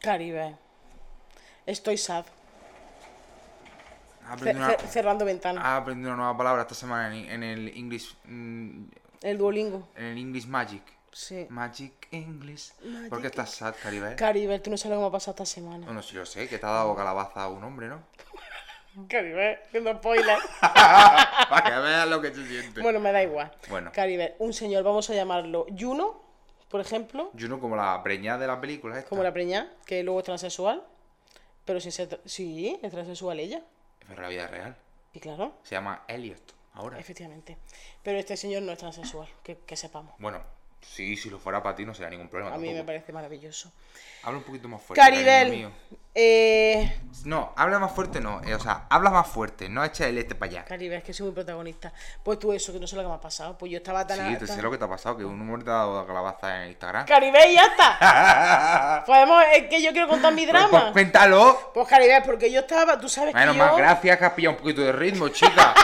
Caribe. Estoy sad. Has Ce- aprendido, una, ce- cerrando ventana. has aprendido una nueva palabra esta semana en, en el English. mm, El Duolingo. En el English Magic. Sí. Magic English. ¿Por Magic qué estás sad, Caribe? Caribe, tú no sabes lo que me ha pasado esta semana. Bueno, sí, yo sé que te ha dado calabaza a un hombre, ¿no? Caribe, haciendo spoiler. Para que veas lo que se siente. bueno, me da igual. Bueno. Caribe, un señor, vamos a llamarlo Juno, por ejemplo, Yo no como la preñada de la película esta. como la preña, que luego es transexual. Pero sin ser. tra- Sí, es transexual ella. Pero en la vida real. Y claro, Se llama Elliot ahora. efectivamente. Pero este señor no es transexual, que, que sepamos. Bueno, sí, si lo fuera para ti no sería ningún problema. A mí me tampoco. parece maravilloso. Habla un poquito más fuerte. Ah, Pues, cariño Caribel, mío. eh, No, habla más fuerte, no. eh, o sea, habla más fuerte, no echa el este para allá. Caribe, es que soy muy protagonista. Pues tú eso, que no sé lo que me ha pasado. Pues yo estaba tan... Sí, te tan- sé lo que te ha pasado, que un hombre te ha dado calabaza en Instagram. Caribe, ya está. Podemos, es que yo quiero contar mi Pues, pues, drama. Pues, cuéntalo. Caribe, porque yo estaba, tú sabes Menos que yo... ah, más, gracias que has pillado un poquito de ritmo, chica.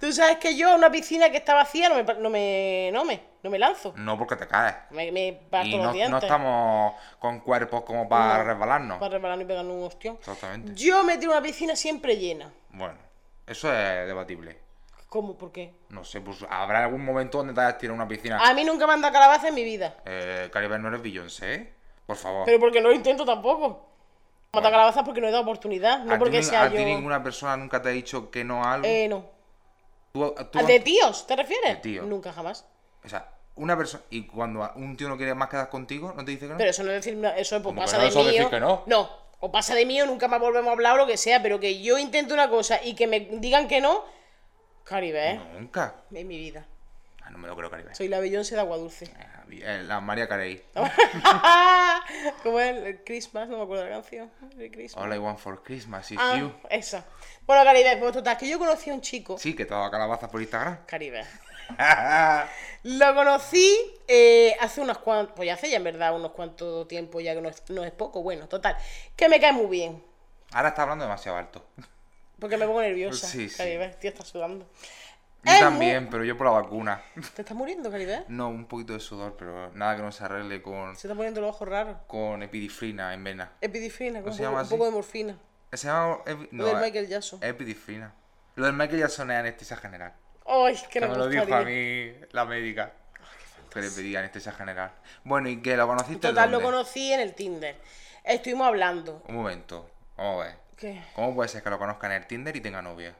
Tú sabes que yo a una piscina que está vacía no me, no me, no me, no me lanzo. No porque te caes. Me, me parto Mm. Y no, los dientes. no estamos con cuerpos como para No. resbalarnos. Para repararme y pegarme un hostión. Exactamente. Yo me tiro a una piscina siempre llena. Bueno, eso es debatible. ¿Cómo? ¿Por qué? No sé, pues habrá algún momento donde te hayas tirado una piscina. A mí nunca me han dado calabaza en mi vida. Eh, Caribe, no eres Beyoncé, ¿eh? Por favor. Pero porque no lo intento tampoco. Me han dado calabaza porque no he dado oportunidad. ¿A No ti porque ni- sea ¿A ti yo... ninguna persona nunca te ha dicho que no a algo? Eh, no. Tú- tú- Ah, ¿De tíos? ¿Te refieres? De tío. ¿Eh? Nunca jamás. O sea, una persona... Y cuando a- un tío no quiere más quedar contigo, ¿no te dice que no? Pero eso no es decir, una- eso es pues, ¿Cómo que pasa no? de Eso es mí. decir o- que no. o pasa de mí o nunca más volvemos a hablar o lo que sea, pero que yo intento una cosa y que me digan que no, Caribe, ¿eh? Nunca. En mi vida. Ah, no me lo creo, Caribe. Soy la Beyoncé de agua dulce. Ah, bien, La María Carey. ¿Cómo es? El Christmas, no me acuerdo la canción. El Christmas. All I want for Christmas is Ah, you. esa. Bueno, Caribe, pues total, que yo conocí a un chico. Sí, que te ha dado calabazas por Instagram. Caribe. Pero Lo conocí eh, hace unos cuantos, pues ya hace ya en verdad unos cuantos tiempo, ya que no es, no es poco, bueno, total, que me cae muy bien, Ahora está hablando demasiado alto. porque me pongo nerviosa. Sí, sí. Caribe, tío, está sudando. Yo Es también, pero yo por la vacuna. ¿Te estás muriendo, Caribe? No, un poquito de sudor, pero nada que no se arregle con, Se está poniendo los ojos raros. con epidifrina en vena. Epidifrina, con ¿No un se poco, llama un así? poco de morfina. Se llama... epi- Lo No, del eh, Michael Jackson. epidifrina. Lo del Michael Jackson es anestesia general. Ay, que Que no me me lo gustaría. dijo a mí la médica. Que le pedí anestesia general. Bueno, ¿y qué? ¿Lo conociste Total, lo dónde? conocí en el Tinder. Estuvimos hablando. Un momento. Vamos a ver. ¿Qué? ¿Cómo puede ser que lo conozcan en el Tinder y tenga novia?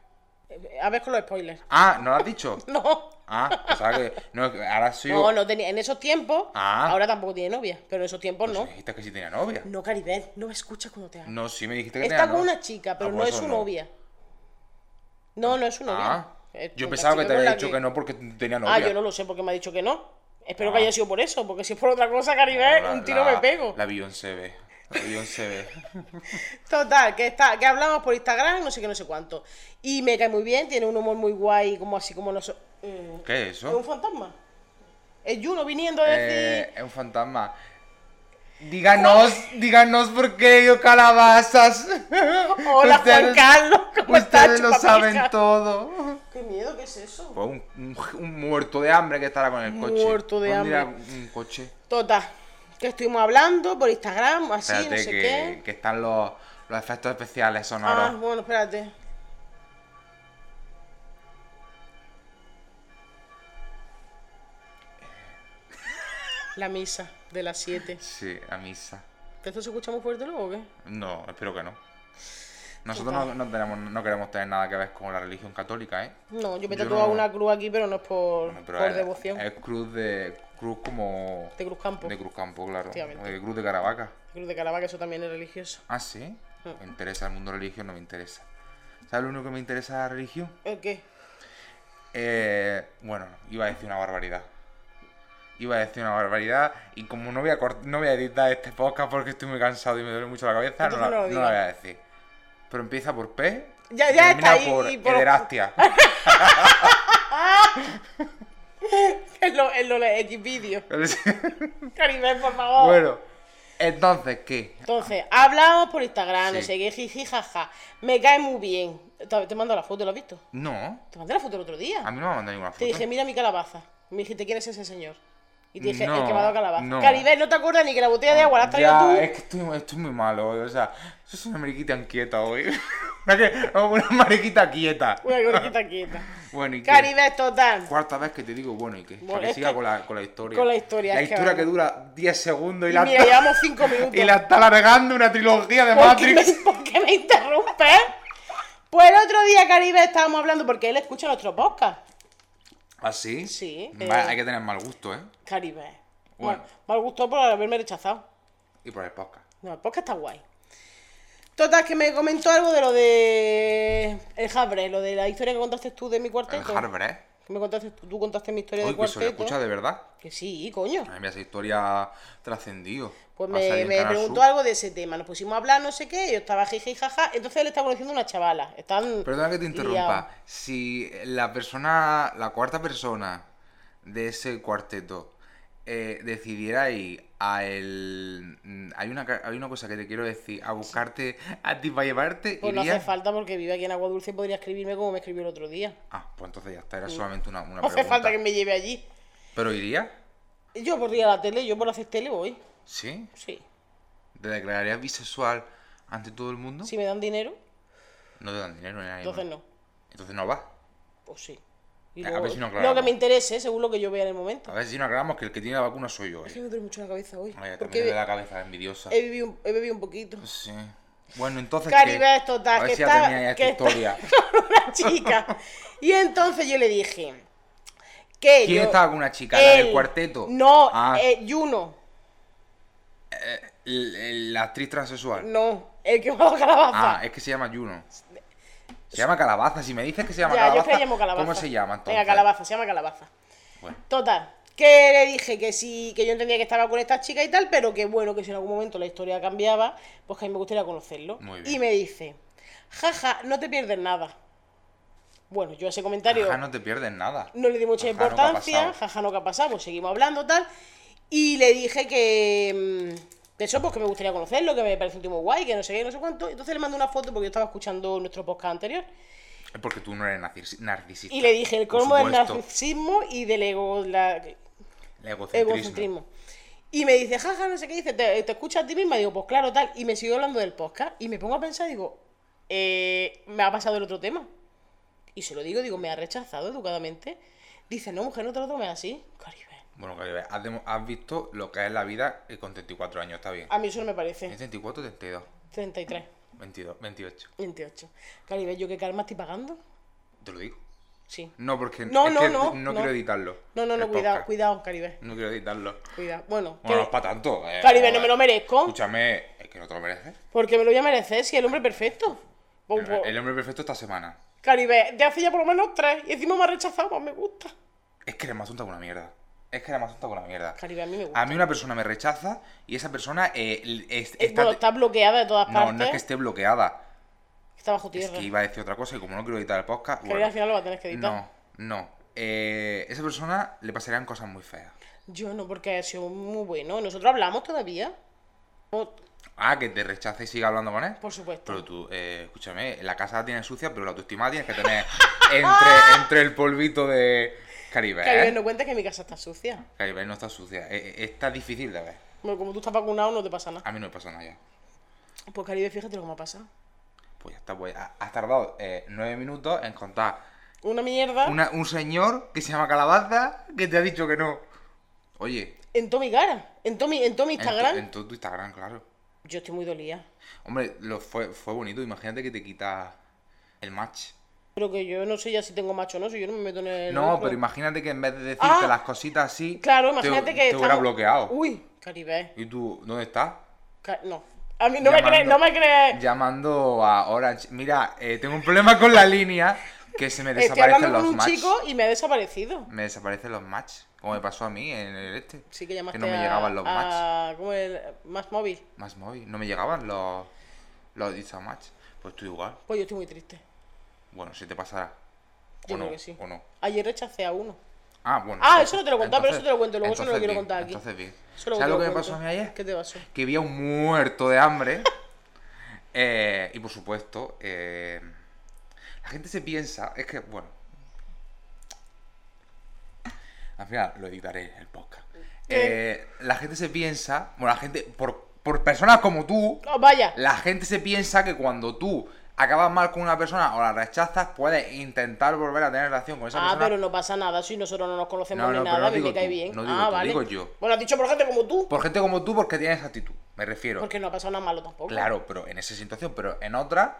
Eh, A ver con los spoilers. Ah, ¿no lo has dicho? No. Ah, o sea que... No, que ahora pues, soy... No, no tenía. En esos tiempos, Ah. ahora tampoco tiene novia, pero en esos tiempos Pues no. dijiste que sí tenía novia. No, Caribe, no me escuchas cuando te hablo. No, sí me dijiste que tenía Está con novia. una chica, pero Ah, no pues es eso su novia. No, no es su novia. Ah, Es yo una pensaba que chica te con había la dicho que no porque tenía novia. Ah, yo no lo sé porque me ha dicho que no. Espero que Ah. haya sido por eso, porque si es por otra cosa, Caribe, La- un tiro la- me pego. La Beyoncé ve. La Beyoncé ve. Total, que está, que hablamos por Instagram, no sé qué, no sé cuánto. Y me cae muy bien, tiene un humor muy guay, como así como no so- Mm, ¿Qué es ¿Es un eso? fantasma? Es Juno viniendo a Eh, decir. es un fantasma. Díganos, díganos por qué yo calabazas. Hola Juan Carlos, ¿cómo estás? Ustedes lo chupapija? saben todo. Qué miedo, ¿qué es eso? Fue un, un- un muerto de hambre que estará con el coche. Muerto de ¿Dónde irá hambre. un coche? Total, que estuvimos hablando por Instagram, así, Espérate, no sé que, qué. que están los, los efectos especiales Ah, sonoros. bueno, espérate. La misa de las 7. Sí, a misa. ¿Esto se escucha muy fuerte luego o qué? No, espero que no. Nosotros no, no tenemos, no queremos tener nada que ver con la religión católica, ¿eh? No, yo me he Yo tatuado no- una cruz aquí, pero no es por, Bueno, pero por es- devoción. Es cruz de. Cruz como. de Cruz Campo. De Cruz Campo, claro. Efectivamente. O de Cruz de Caravaca. Cruz de Caravaca, eso también es religioso. Ah, sí. Mm. Me interesa el mundo religioso, no me interesa. ¿Sabes lo único que me interesa de la religión? ¿El qué? Eh, bueno, iba a decir una barbaridad. Iba a decir una barbaridad y como no voy a, cort- no voy a editar este podcast porque estoy muy cansado y me duele mucho la cabeza, no Entonces la, no lo no la voy digas. a decir. Pero empieza por P Ya- y ya termina está, y- por, E y por- Pederastia. En los en lo de Xvideos. Caribe, por favor. bueno, entonces, ¿qué? Entonces, hablamos por Instagram, no Sí. sé qué, jiji, jaja. Me cae muy bien. Te te mando la foto, ¿lo has visto? No, Te mandé la foto el otro día. a mí no me ha mandado ninguna Te Ah, foto. dije, mira mi calabaza. Me dijiste, ¿quién es ese señor? Y Y te dije, el No, que me ha dado calabaza. no. Caribel, no te acuerdas ni que la botella de agua la has traído tú. Ya, es que estoy, estoy muy malo, o sea, yo soy una mariquita inquieta hoy. Una que- una mariquita quieta. Una gorquita quieta. Bueno, y qué? Caribel, total. Cuarta vez que te digo, bueno, y qué. Bueno, para que es siga que- con la, con la historia. con la historia, La es que historia que, vamos. dura 10 segundos y, Y la, mira, llevamos cinco minutos. y la está alargando una trilogía de ¿Por qué, me, Matrix. por qué me interrumpes? Pues el otro día, Caribe, estábamos hablando porque él escucha nuestro podcast. ¿Ah, sí? Sí, Vale, eh. Hay que tener mal gusto, ¿eh? Caribe. Bueno. Bueno. Mal gustó por haberme rechazado. Y por el podcast. No, el podcast está guay. Total, que me comentó algo de lo de. El Havre, lo de la historia que contaste tú de mi El cuarteto. Harvard, ¿eh? Que me contaste, tú tú contaste mi historia Uy, de que se lo cuarteto. escucha de verdad. Que sí, coño. Ay, mira, esa historia trascendió. Pues Va a salir me, en me Canal preguntó Sur. algo de ese tema. Nos pusimos a hablar, no sé qué. Yo estaba jiji, jaja. Entonces él está conociendo una chavala. Están. Perdona que te interrumpa. liados. Si la persona, la cuarta persona de ese cuarteto eh, decidiera ir a el... mm, Hay una, ca- hay una cosa que te quiero decir, a buscarte, a ti para llevarte, Pues no irías- hace falta porque vive aquí en Agua Dulce y podría escribirme como me escribió el otro día. Ah, pues entonces ya está, era solamente una, una Mm. No hace pregunta. falta que me lleve allí. ¿Pero iría? Yo por ir a la tele, yo por hacer tele voy. ¿Sí? Sí. ¿Te declararías bisexual ante todo el mundo? Si me dan dinero, No te dan dinero ni nada. entonces no. Entonces no vas. Pues sí. Y Eh, a luego- ver si nos Lo aclaramos. que me interese, según lo que yo vea en el momento. A ver si no aclaramos que el que tiene la vacuna soy yo. Es ¿eh? que me duele mucho la cabeza hoy. Vaya, porque también le da Pues la cabeza envidiosa. he bebido, un- he bebido un poquito. Sí. Bueno, entonces. Caribes, que- total, A ver que si está- ya tenía ya esta que está- historia. Una chica. Y entonces yo le dije que ¿Quién yo- estaba con una chica? ¿La del él- cuarteto? No, Ah, eh, Juno. el- el- la actriz transexual. No, el que me ha dado calabaza. ah, es que se llama Juno. Se llama Calabaza. Si me dices que se llama ya, yo es calabaza, que la llamo calabaza. ¿Cómo se llama entonces? Venga, calabaza, se llama calabaza. Bueno, Total, que le dije que sí, que yo entendía que estaba con esta chica y tal, pero que bueno, que si en algún momento la historia cambiaba, pues que a mí me gustaría conocerlo. Muy bien. Y me dice, jaja, no te pierdes nada. Bueno, yo a ese comentario ajá, no... no te pierdes nada. le di mucha Ajá, no, ¿qué ha importancia, pasado? jaja, no que ha pasado, pues seguimos hablando tal. Y le dije que, mm, que eso, pues que me gustaría conocerlo, que me parece un tipo guay, que no sé qué, no sé cuánto. Entonces le mandé una foto porque yo estaba escuchando nuestro podcast anterior. Es porque tú no eres narcis- narcisista. Y le dije el Por colmo del supuesto. narcisismo y del ego, la, El egocentrismo. egocentrismo. Y me dice, jaja, no sé qué dice, ¿te, te escuchas a ti misma? digo, pues claro, tal. Y me siguió hablando del podcast. Y me pongo a pensar, digo, eh, me ha pasado el otro tema. Y se lo digo, digo, me ha rechazado educadamente. Dice, no, mujer, no te lo tomes así. Caribe. Bueno, Caribe, has, demo- has visto lo que es la vida y con 34 años, está bien. A mí eso no me ¿Es parece. 34 32? 33, 22, 28. 28. Caribe, ¿yo qué calma estoy pagando? Te lo digo. Sí. No, porque No, es no, que no, no. quiero editarlo. No, no, no, Mm. el cuidado, podcast. cuidado, Caribe. No quiero editarlo. Cuidado. Bueno, Bueno, no que- es para tanto. eh, Caribe, joder. no me lo merezco. Escúchame, es que no te lo mereces. Porque me lo voy a merecer si el hombre es perfecto. Pues, El, pues, el hombre perfecto esta semana. Caribe, de hace ya por lo menos tres. Y encima me ha rechazado, pues me gusta. Es que eres más tonta que una mierda. Es que eres más tonta que una mierda. Caribe, a mí me gusta. A mí una persona me rechaza y esa persona eh, l- es- Eh, está... bueno, está bloqueada de todas no, partes. no es que esté bloqueada. Está bajo Es tierra. que iba a decir otra cosa y como no quiero editar el podcast... Caribe, bueno. al final lo va a tener que editar. no, no. Eh, esa persona le pasarían cosas muy feas. Yo no, porque ha sido muy bueno. Nosotros hablamos todavía. No, Ah, que te rechace y siga hablando con él. por supuesto. Pero tú, eh, escúchame, la casa la tienes sucia, pero la autoestima la tienes que tener entre, entre el polvito de Caribe. ¿eh? Caribe, no cuentes que mi casa está sucia. Caribe no está sucia. Eh, eh, Está difícil de ver. Bueno, como tú estás vacunado, no te pasa nada. A mí no me pasa nada ya. Ah. Pues Caribe, fíjate lo que me ha pasado. Pues ya está, pues ha- has tardado eh, nueve minutos en contar Una mierda una- un señor que se llama Calabaza que te ha dicho que no. Oye, en toda mi cara. En todo mi, en todo mi en tu- Instagram. En, todo tu Instagram, claro. Yo estoy muy dolida. Hombre, lo fue, fue bonito. Imagínate que te quita el match. Pero que yo no sé ya si tengo macho o no, si yo no me meto en el. No, otro. pero imagínate que en vez de decirte Ah. las cositas así, Claro, te- imagínate te, que. hubiera estamos- bloqueado. Uy, Caribe. ¿Y tú dónde estás? Ca- No. A mí no me Llamando- crees, no me crees. Llamando a Orange. Mira, eh, tengo un problema con la línea que se me Estoy desaparecen hablando con los un match. chico y me ha desaparecido. Me desaparecen los match, como me pasó a mí en el este. Sí que llamaste no me a- llegaban los a, match. ¿Cómo el más móvil? Más móvil, no me llegaban los los Insta match. Pues tú igual. Pues yo estoy muy triste. Bueno, si te pasará. Yo creo o no, que sí. o no. Ayer rechacé a uno. Ah, bueno. Ah, entonces- eso no te lo he contado, pero eso te lo cuento luego, eso no lo entonces quiero bien, contar aquí. Entonces bien. Eso luego ¿Sabes te lo que me cuento. pasó a mí ayer? ¿Qué te pasó? que vi a un muerto de hambre. Eh, y por supuesto, eh, la gente se piensa, es que, bueno. Al final lo editaré el podcast. eh, la gente se piensa, bueno, la gente, por, por personas como tú, Oh, vaya. la gente se piensa que cuando tú acabas mal con una persona o la rechazas, puedes intentar volver a tener relación con esa Ah, persona. pero no pasa nada si nosotros no nos conocemos No, ni no, pero nada, no a mí digo me cae tú, bien. no digo ah, tú, vale. digo yo. Bueno, has dicho por gente como tú, Por gente como tú, porque tienes actitud, me refiero. porque no ha pasado nada malo tampoco. Claro, pero en esa situación, pero en otra,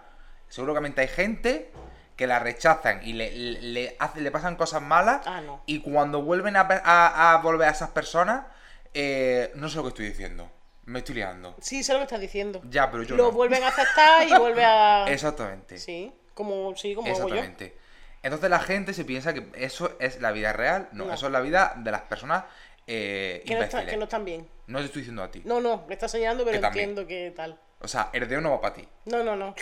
seguramente hay gente que la rechazan y le, le, le hace- le pasan cosas malas Ah, no. y cuando vuelven a, pe- a- a volver a esas personas, eh, no sé lo que estoy diciendo, me estoy liando. Sí, sé lo que estás diciendo. Ya, pero yo Lo no. vuelven a aceptar y vuelve a. Exactamente. Sí, como, sí, como hago yo. Exactamente. Entonces la gente se piensa que eso es la vida real, no, No. eso es la vida de las personas eh, Que no, está- imbéciles. que no están bien. No te estoy diciendo a ti. No, no, le está señalando, pero Que también. entiendo que tal. O sea, Herdeo no va para ti. No, no, no.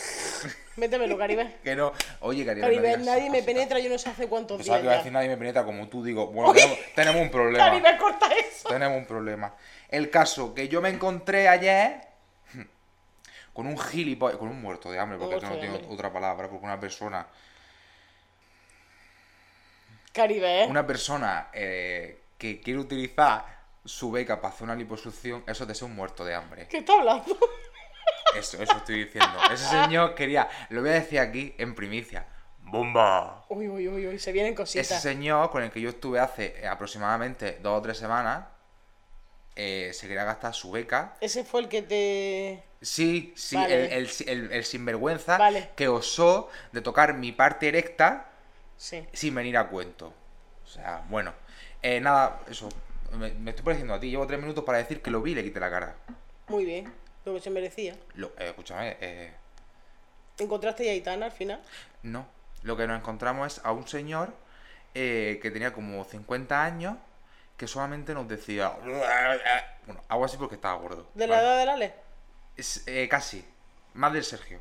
Métemelo, Caribe. Que no. Oye, Caribe, no Caribe, digas nadie me así, tal. penetra, yo no sé hace cuántos Pensaba días. que iba a ya. decir nadie me penetra como tú, digo, bueno, tenemos, tenemos un problema. Caribe, corta eso. Tenemos un problema. El caso que yo me encontré ayer con un gilipollas, con un muerto de hambre, Un porque esto no muerto de tiene hambre. otra palabra, porque una persona, Caribe, ¿eh? una persona eh, que quiere utilizar su beca para hacer una liposucción, eso es de ser un muerto de hambre. ¿Qué está hablando? Eso, eso estoy diciendo. Ese señor quería, lo voy a decir aquí en primicia, bomba. Uy, uy, uy, uy, se vienen Ese cositas. señor con el que yo estuve hace eh, aproximadamente dos o tres semanas eh, se quería gastar su beca. Ese fue el que te. Sí, sí, Vale. el, el- el- el sinvergüenza Vale. que osó de tocar mi parte erecta Sí. sin venir a cuento. O sea, bueno. Eh, nada, eso. Me, me estoy pareciendo a ti. Llevo tres minutos para decir que lo vi y le quité la cara. Muy bien. Lo que se merecía. Lo- eh, escúchame, eh, ¿Encontraste a Aitana al final? no. Lo que nos encontramos es a un señor eh, que tenía como 50 años que solamente nos decía... Bueno, hago así porque estaba gordo. ¿De la ¿vale? edad de Ale? Es, eh, casi. Más del Sergio.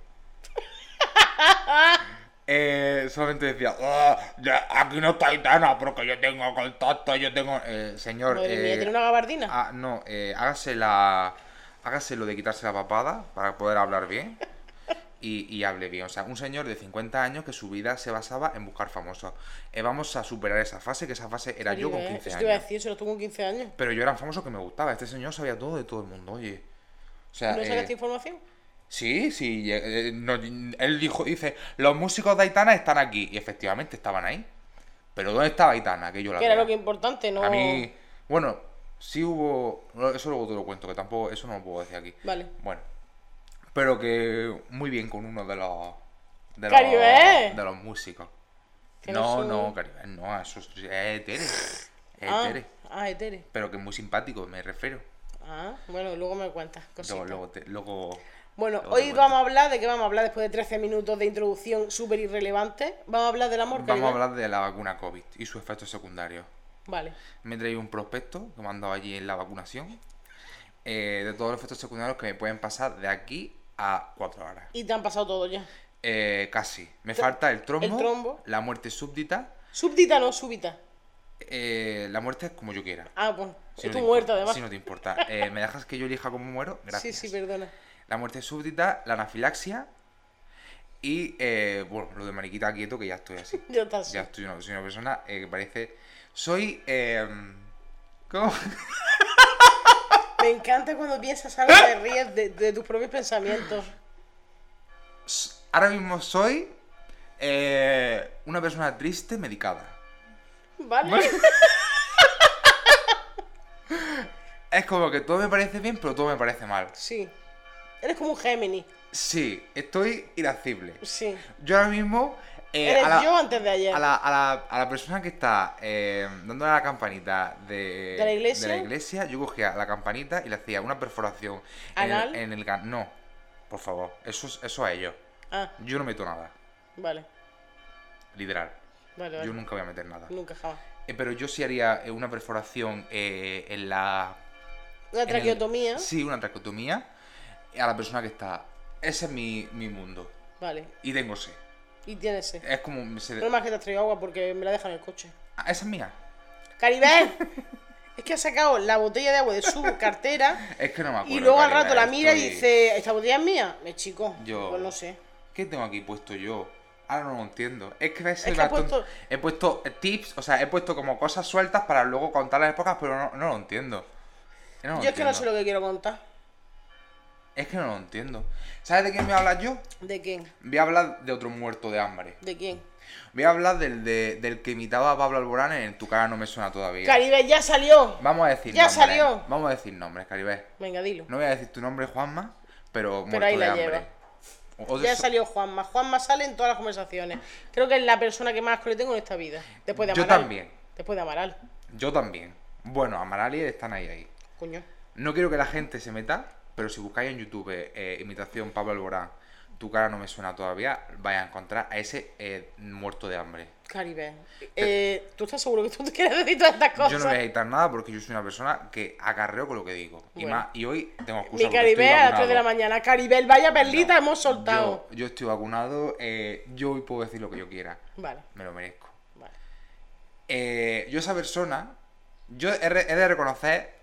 Eh, solamente decía, "Ah, ya, aquí no está Aitana, porque yo tengo contacto, yo tengo... Eh, señor, Madre eh, mía, tiene una gabardina. ah, no, eh, hágase la... Hágase lo de quitarse la papada para poder hablar bien y, y hable bien. O sea, un señor de 50 años que su vida se basaba en buscar famosos. Eh, vamos a superar esa fase, que esa fase era yo con Caribe, ¿eh? 15 Eso te iba a años. decir, se lo tuvo con 15 años. Pero yo era un famoso que me gustaba. Este señor sabía todo de todo el mundo, oye. O sea, ¿No eh, sacaste información? Sí, sí, eh, eh, no, él dijo, dice, los músicos de Aitana están aquí. Y efectivamente estaban ahí. Pero ¿dónde estaba Aitana? Que yo la Que era vea. lo que importante, ¿no? A mí, bueno, sí hubo... no, Eso luego te lo cuento, que tampoco, eso no lo puedo decir aquí. Vale. Bueno, pero que muy bien con uno de los... De ¡Caribe! Los, de los músicos. Que no No, son- no, Caribe, no, eso es es Tere. Es Ah, Tere. ah, Etere. Pero que es muy simpático, me refiero. Ah, bueno, luego me cuentas. cositas. Luego, luego, te- luego... Bueno, luego te hoy cuento. vamos a hablar de qué vamos a hablar después de 13 minutos de introducción súper irrelevante. Vamos a hablar del amor. Vamos Caribe. a hablar de la vacuna COVID y sus efectos secundarios. Vale. Me he traído un prospecto que me han dado allí en la vacunación eh, de todos los efectos secundarios que me pueden pasar de aquí a cuatro horas. Y te han pasado todo ya. Eh, casi. Me Tro- falta el trombo, el trombo. la muerte súbdita. Súbdita no, súbita. eh, la muerte es como yo quiera. Ah, bueno. Si no tú te muerta, importa- además. Si no te importa. Eh, ¿Me dejas que yo elija cómo muero? sí, Gracias. sí, perdona. La muerte súbdita, la anafilaxia y, eh, bueno, lo de mariquita quieto que ya estoy así. Ya está así. Ya estoy una, soy una persona eh, que parece. Soy. Eh, ¿Cómo? Me encanta cuando piensas algo y te ríes de, de tus propios pensamientos. Ahora mismo soy. eh, una persona triste medicada. ¿Vale? Es como que todo me parece bien, pero todo me parece mal. Sí. Eres como un Géminis. Sí, estoy irascible. Sí. Yo ahora mismo. eh, Eres a, la, yo antes de ayer. a la- a la- a la persona que está eh, dándole a la campanita de, ¿De la iglesia? de la iglesia, yo cogía la campanita y le hacía una perforación. ¿Anal? En el, en el gan- No, por favor. Eso, es- eso a ellos. Ah, Yo no meto nada. vale. Literal. Vale, vale. Yo nunca voy a meter nada. Nunca jamás. Eh, pero yo sí haría eh, una perforación eh, en la. Una en el- traqueotomía. sí, una traqueotomía. eh, A la persona que está. Ese es mi, mi mundo. Vale. Y tengo sed. Y tienes ese. Es como. me se- No más que te has traído agua porque me la dejan en el coche. Ah, esa es mía. ¡Caribe! es que ha sacado la botella de agua de su cartera Es que no me acuerdo. y luego al Karina, rato la mira y estoy- dice: ¿Esta botella es mía? Me chico. Yo- Pues no sé. ¿Qué tengo aquí puesto yo? Ahora no lo entiendo. Es que, ese Es que has bastón- eh, puesto- he puesto tips, o sea, he puesto como cosas sueltas para luego contar las épocas, pero no, no lo entiendo. que no lo Yo es que no sé entiendo. lo que quiero contar. Es que no lo entiendo. ¿Sabes de quién voy a hablar yo? ¿De quién? Voy a hablar de otro muerto de hambre. ¿De quién? Voy a hablar del, de- del que imitaba a Pablo Alborán en Tu cara no me suena todavía. Caribe ya salió. Vamos a decir Ya nombres. salió. Vamos a decir nombres, Caribe. Venga, dilo. No voy a decir tu nombre, Juanma, pero muerto ahí de la hambre. lleva. Otro- Ya salió Juanma. Juanma sale en todas las conversaciones. Creo que es la persona que más asco le tengo en esta vida. Después de Yo Amaral. también. Después de Amaral. Yo también. Bueno, Amaral y Ed están ahí, ahí. Coño. No quiero que la gente se meta, pero si buscáis en YouTube eh, imitación Pablo Alborán, tu cara no me suena todavía, vais a encontrar a ese eh, muerto de hambre. Caribe. Eh, ¿Tú estás seguro que tú te quieres decir todas estas cosas? Yo no voy a editar nada porque yo soy una persona que acarreo con lo que digo. Y, Bueno. más, y hoy tengo excusa Mi porque Caribe estoy a las 3 de la vacunado. mañana. Caribel, vaya perlita, No, hemos soltado. Yo, yo estoy vacunado, eh, yo hoy puedo decir lo que yo quiera. Vale, Me lo merezco. vale. Eh, yo a esa persona, yo he, re- he de reconocer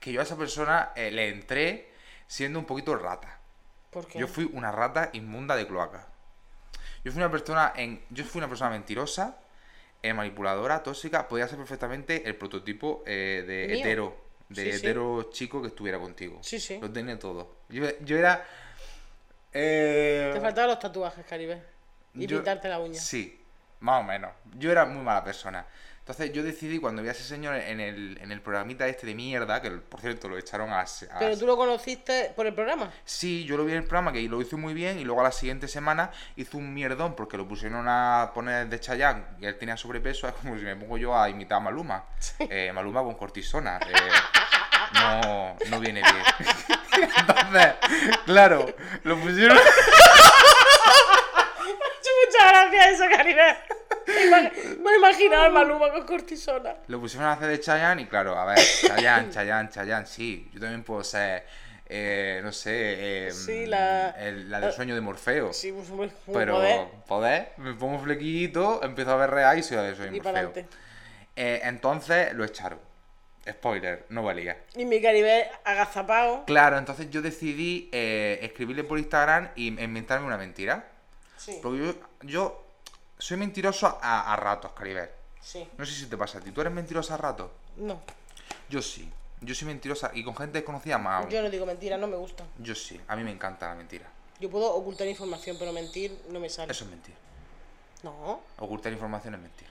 que yo a esa persona eh, le entré siendo un poquito rata. ¿Por qué? Yo fui una rata inmunda de cloaca. Yo fui una persona en, yo fui una persona mentirosa, eh, manipuladora, tóxica. Podía ser perfectamente el prototipo eh, de Mío. hetero, de Sí, sí. hetero chico que estuviera contigo. Sí, sí. Lo tenía todo. Yo, yo era. eh, Te faltaban los tatuajes, Caribe. Y yo- pintarte la uña. Sí, más o menos. Yo era muy mala persona. Entonces yo decidí cuando vi a ese señor en el, en el programita este de mierda, que por cierto lo echaron a... a- Pero tú lo conociste por el programa. Sí, yo lo vi en el programa que lo hizo muy bien y luego a la siguiente semana hizo un mierdón porque lo pusieron a poner de Chayanne y él tenía sobrepeso, es como si me pongo yo a imitar a Maluma. Eh, Maluma con cortisona. eh, no, no viene bien. Entonces, claro, lo pusieron... Muchas gracias, eso, Caribe. Ima- Me imaginaba el Maluma con cortisona. Lo pusieron a hacer de Chayanne y claro, a ver, Chayanne, Chayanne, Chayanne, sí. Yo también puedo ser, eh, no sé, eh, Sí, la- eh, el- la del sueño de Morfeo. Sí, pues hombre, un pero, poder. poder, me pongo flequillito, empiezo a berrear y soy la del sueño de Y para Morfeo. adelante. Eh, entonces lo echaron. Spoiler, no valía. Y mi Caribe agazapado. Claro, entonces yo decidí eh, escribirle por Instagram y inventarme una mentira. Sí, Porque yo, yo soy mentiroso a, a ratos, Caribe. sí. No sé si te pasa a ti. ¿Tú eres mentiroso a ratos? No, Yo sí. Yo soy mentirosa y con gente desconocida más. aún. yo no digo mentira, no me gusta. Yo sí. A mí me encanta la mentira. Yo puedo ocultar información, pero mentir no me sale. Eso es mentir. No. Ocultar información es mentir.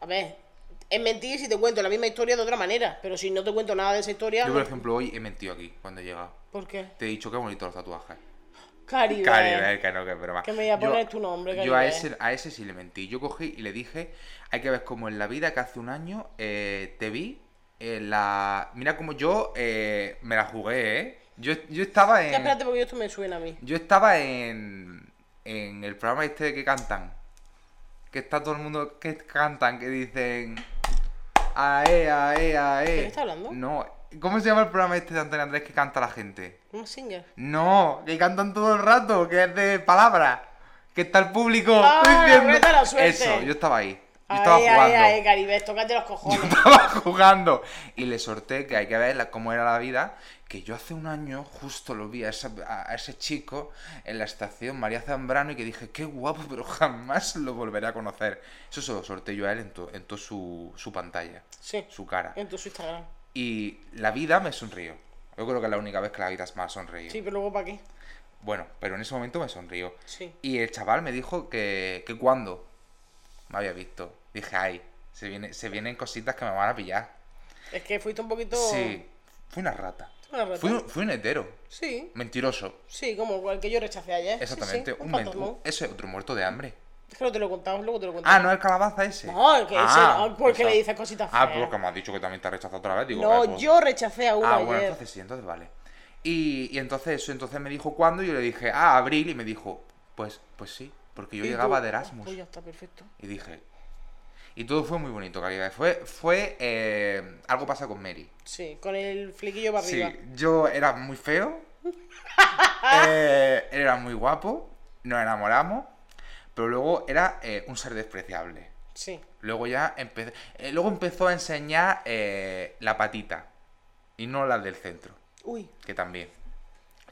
A ver, es mentir si te cuento la misma historia de otra manera, pero si no te cuento nada de esa historia. Yo, no- por ejemplo, hoy he mentido aquí cuando he llegado. ¿Por qué? Te he dicho que bonito los tatuajes. Caribe. Caribe, que no, que broma. Que me voy a Yo- poner tu nombre, Yo a Caribe. ese, a ese sí le mentí. Yo cogí y le dije, hay que ver cómo en la vida que hace un año eh, te vi en la... Mira cómo yo eh, me la jugué, ¿eh? Yo, yo estaba Ya, en... espérate, porque esto me suena a mí. Yo estaba en, en el programa este que cantan. Que está todo el mundo que cantan, que dicen. Ae, ae, ae. ¿De qué está hablando? No. ¿Cómo se llama el programa este de Antonio Andrés que canta la gente? ¿Un singer? No, que cantan todo el rato, que es de palabras. Que está el público Ah, reta la suerte. Eso, yo estaba ahí. Yo Ay, estaba ay, jugando. ay, Caribe, tócate los cojones. Estaba jugando. Y le sorté que hay que ver la- cómo era la vida. Que yo hace un año justo lo vi a, esa- a- a ese chico en la estación María Zambrano y que dije, qué guapo, pero jamás lo volveré a conocer. Eso se lo sorté yo a él en toda su, su pantalla, Sí, su cara. en tu Instagram. Y la vida me sonrió. Yo creo que es la única vez que la vida me ha sonreído. Sí, pero luego para qué. Bueno, pero en ese momento me sonrió. Sí. Y el chaval me dijo que, que cuando me había visto. Dije, ay, se, viene, se vienen cositas que me van a pillar. Es que fuiste un poquito. Sí, fui una rata. Una rata. Fui, un- fui un hetero. Sí, Mentiroso. sí, como el que yo rechacé ayer. Sí, Exactamente. sí, un un men- fantasma. un- Eso es otro muerto de hambre. Es que no te lo contamos, luego te lo contamos. Ah, no el calabaza ese. No, el que ese no, porque pues, le dices cositas Ah, feas. porque me has dicho que también te has rechazado otra vez. Digo, no, vale, pues- yo rechacé a uno Ah, ayer. bueno, entonces sí, entonces vale. Y, y entonces eso, entonces me dijo cuándo, y yo le dije, ah, abril, y me dijo, pues, pues sí, porque yo Y tú, llegaba de Erasmus. Pues ya está, perfecto. Y dije. Y todo fue muy bonito, calidad. Fue, fue eh, algo pasa con Mary. Sí, con el flequillo para arriba. Sí, yo era muy feo. eh, era muy guapo. Nos enamoramos. Pero luego era eh, un ser despreciable. Sí. Luego ya empezó. luego empezó a eh, enseñar eh, la patita. Y no la del centro. Uy, Que también.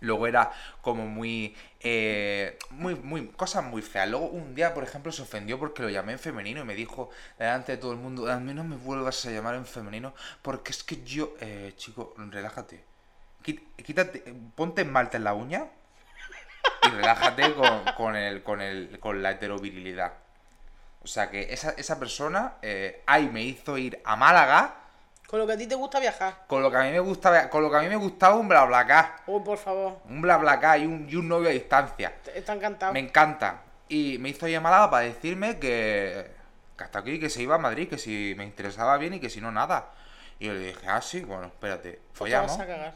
Luego era como muy, eh, muy, muy, cosas muy feas. Luego un día, por ejemplo, se ofendió porque lo llamé en femenino y me dijo delante de todo el mundo, a mí no me vuelvas a llamar en femenino porque es que yo, eh, chico, relájate. Quí- Quítate, ponte esmalte en la uña y relájate con, con el, con, el, con la heterovirilidad. O sea que esa, esa persona, eh, ay, me hizo ir a Málaga Con lo que a ti te gusta viajar. con lo que a mí me gustaba, con lo que a mí me gustaba un bla bla Oh, por favor. un bla bla y un, y un novio a distancia. te- Está encantado. Me encanta. Y me hizo llamada para decirme que, que hasta aquí, que se iba a Madrid, que si me interesaba bien y que si no, nada. Y yo le dije, ah, sí, bueno, espérate, Pues te vas follamos, a cagar.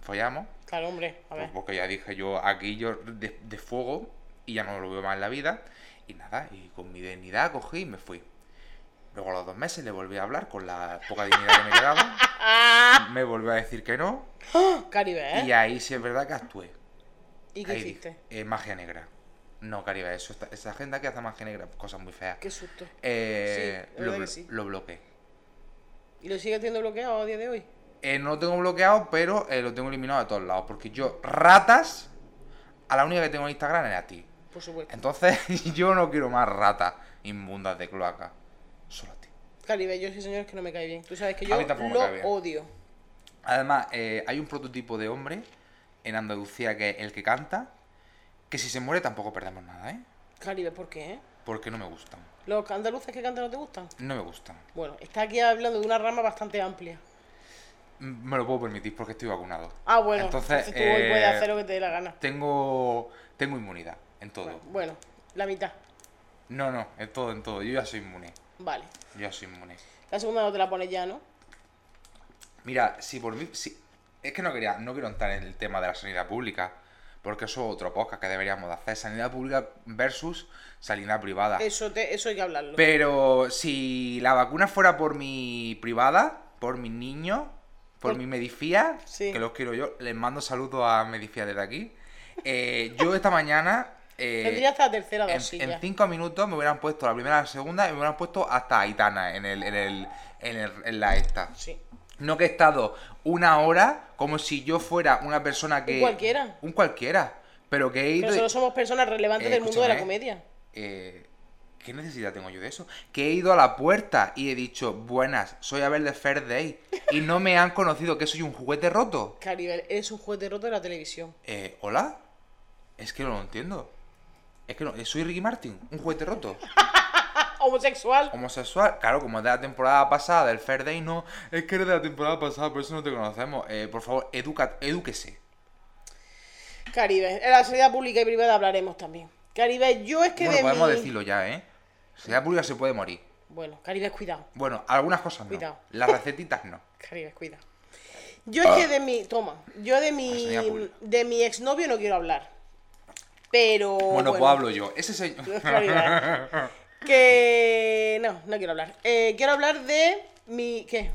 follamos. Claro, hombre. A ver. Pues porque ya dije yo, aquí yo de, de fuego y ya no lo veo más en la vida. Y nada, y con mi dignidad cogí y me fui. Luego a los dos meses le volví a hablar con la poca dignidad que me quedaba. Me volvió a decir que no. Caribe, ¿eh? Y ahí sí es verdad que actué. ¿Y qué Ahí hiciste? dije, eh, magia negra. No, Caribe, eso está- esa agenda que hace magia negra, cosas muy feas. Qué susto. Eh, Sí, la lo, verdad que blo- sí. lo bloqueé. ¿Y lo sigue teniendo bloqueado a día de hoy? Eh, no lo tengo bloqueado, pero eh, lo tengo eliminado de todos lados. Porque yo, ratas, a la única que tengo en Instagram es a ti. Por supuesto. Entonces, yo no quiero más ratas inmundas de cloaca. Solo a ti. Caribe, yo sí, señor, es que no me cae bien. Tú sabes que A yo mí tampoco me cae bien. lo odio. Además, eh, hay un prototipo de hombre en Andalucía que es el que canta. Que si se muere tampoco perdemos nada, ¿eh? Caribe, ¿por qué? eh? Porque no me gustan. ¿Los andaluces que cantan no te gustan? No me gustan. Bueno, está aquí hablando de una rama bastante amplia. Mm, Me lo puedo permitir porque estoy vacunado. Ah, bueno, Entonces, entonces, tú hoy puedes eh, hacer lo que te dé la gana. Tengo, tengo inmunidad en todo. Bueno, la mitad. No, no, en todo, en todo. Yo ya soy inmune. Vale. Yo ya soy inmune. La segunda no te la pones ya, ¿no? Mira, si por mí. Si, es que no quería, no quiero entrar en el tema de la sanidad pública. Porque eso es otro podcast que deberíamos de hacer. Sanidad pública versus sanidad privada. Eso, te, eso hay que hablarlo. Pero si la vacuna fuera por mi privada, por mis niños, por, Por- mi Medifía, Sí. que los quiero yo, les mando saludos a Medifía desde aquí. Eh, yo esta mañana. eh, Tendría hasta la tercera en, dosis en ya. cinco minutos me hubieran puesto la primera, la segunda y me hubieran puesto hasta Aitana en el, en el, en el- en la esta. Sí. No que he estado una hora como si yo fuera una persona que. Un cualquiera. Un cualquiera. Pero que he ido. Pero solo somos personas relevantes Eh, del mundo de la escúchame. comedia. eh, ¿Qué necesidad tengo yo de eso? Que he ido a la puerta y he dicho, buenas, soy Abel de Fair Day. Y no me han conocido que soy un juguete roto. Caribe, eres un juguete roto de la televisión. Eh, ¿Hola? Es que no lo entiendo. Es que no, eh, soy Ricky Martin, un juguete roto. ¡Ah, homosexual! homosexual. Claro, como es de la temporada pasada, del Fair Day, no. Es que eres de la temporada pasada, por eso no te conocemos. Eh, por favor, educa, edúquese. Caribe, en la sanidad pública y privada hablaremos también. Caribe, yo es que Bueno, de podemos mí- decirlo ya, ¿eh? Si la pública se puede morir. Bueno, Caribe, cuidado. Bueno, algunas cosas no. Cuidado. Las recetitas no. Caribe, cuidado. Yo es que de mi... Toma, yo de mi... sanidad pública. De mi exnovio no quiero hablar. Pero... bueno, pues hablo yo. Ese señor. No es prioridad. que no, no quiero hablar. Eh, quiero hablar de mi. ¿Qué?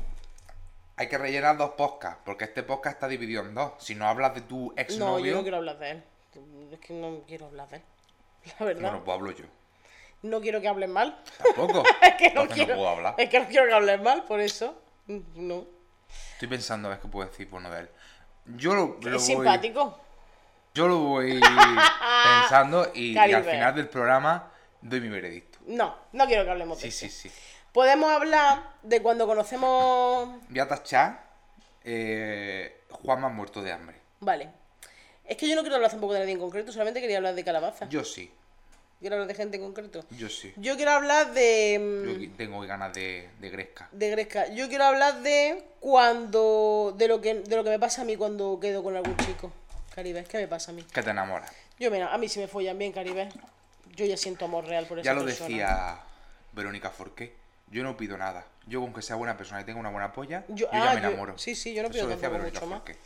Hay que rellenar dos podcasts, porque este podcast está dividido en dos. Si no hablas de tu No, yo exnovio, no quiero hablar de él. Es que no quiero hablar de él. La verdad. bueno, pues hablo yo. No quiero que hablen mal. Tampoco. Es que no Entonces quiero. puedo hablar. Es que no quiero que hablen mal, por eso. No. Estoy pensando a ver qué puedo decir bueno de él. Yo lo, lo es voy- simpático. Yo lo voy pensando y, y al Caribe. final del programa doy mi veredicto. No, no quiero que hablemos de Sí, eso. sí, sí. Podemos hablar de cuando conocemos. Voy a tachar eh, Juanma muerto de hambre. Vale. Es que yo no quiero hablar tampoco de nadie en concreto, solamente quería hablar de calabaza. Yo sí, Quiero hablar de gente en concreto. yo sí. Yo quiero hablar de. mm, Yo qui- tengo ganas de, de Gresca. de Gresca. Yo quiero hablar de cuando. de lo que de lo que me pasa a mí cuando quedo con algún chico. Caribe, ¿qué me pasa a mí? Que te enamoras. Yo, mira, a mí si me follan bien, Caribe. Yo ya siento amor real por esa Ya lo persona. decía Verónica Forqué. Yo no pido nada. Yo con que sea buena persona y tenga una buena polla, yo, Yo- ya ah, me yo- enamoro. sí, sí, yo no Eso pido decía tampoco Verónica mucho más. Forqué.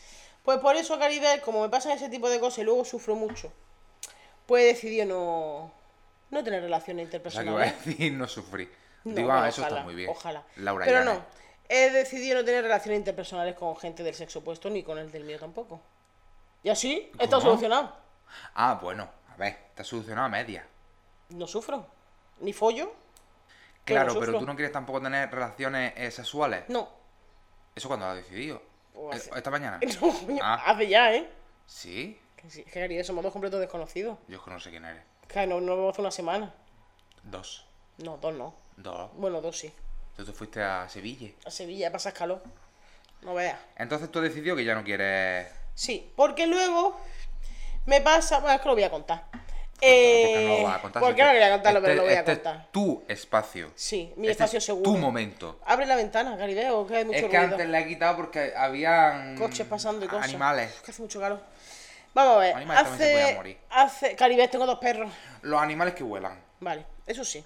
Pues por eso, Caribe, como me pasan ese tipo de cosas y luego sufro mucho, pues he decidido no. no tener relaciones O sea, que voy a interpersonales. decir no sufrí. No, Digo, bueno, ah, eso está ojalá, muy bien. Ojalá. Laura Pero Llanes. no. He decidido no tener relaciones interpersonales con gente del sexo opuesto ni con el del mío tampoco. Y así, está ¿Cómo? solucionado. Ah, bueno, a ver, te has solucionado a media. No sufro. Ni follo. que Claro, lo pero sufro. tú no quieres tampoco tener relaciones eh, sexuales. No. ¿Eso cuando lo has decidido? O hace- ¿Esta mañana? No, coño, Ah. hace ya, ¿eh? ¿Sí? Que sí, que, querido, somos dos completos desconocidos. Yo es que no sé quién eres. Que no, no lo vemos hace una semana. Dos. No, dos no. Dos. Bueno, dos sí. Tú te fuiste a Sevilla. A Sevilla pasas calor. No veas. Entonces tú decidió que ya no quieres. Sí, porque luego me pasa. Bueno, es que lo voy a contar. Porque no Eh, lo vas a contar. ¿Por si qué no este- quería contarlo, este- pero lo voy a este es contar? tu espacio. Sí, mi Este espacio es seguro. Tu momento. Abre la ventana, Garibeo, que hay mucho es que ruido. antes la he quitado porque habían. Coches pasando y cosas. Animales. Que hace mucho calor. Vamos a ver. Animales también se hace, pueden morir. hace. Garibeo, tengo dos perros. Los animales que vuelan. Vale, eso sí.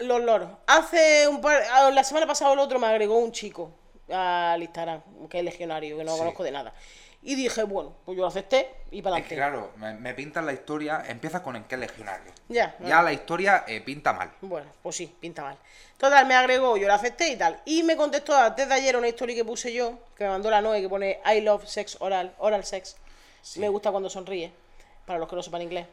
Los loros. Hace un par. ah, La semana pasada o el otro me agregó un chico al Instagram, que es legionario, que no Sí. conozco de nada. Y dije, bueno, pues yo lo acepté y para Es que adelante. claro, me, me pintan la historia. Empiezas con en qué legionario. Ya, bueno. Ya la historia eh, pinta mal. Bueno, pues sí, pinta mal. Total, me agregó, yo la acepté y tal. Y me contestó antes de ayer una historia que puse yo, que me mandó la Noe, que pone I love sex oral, oral sex. Me gusta cuando sonríe, para los que no sepan inglés.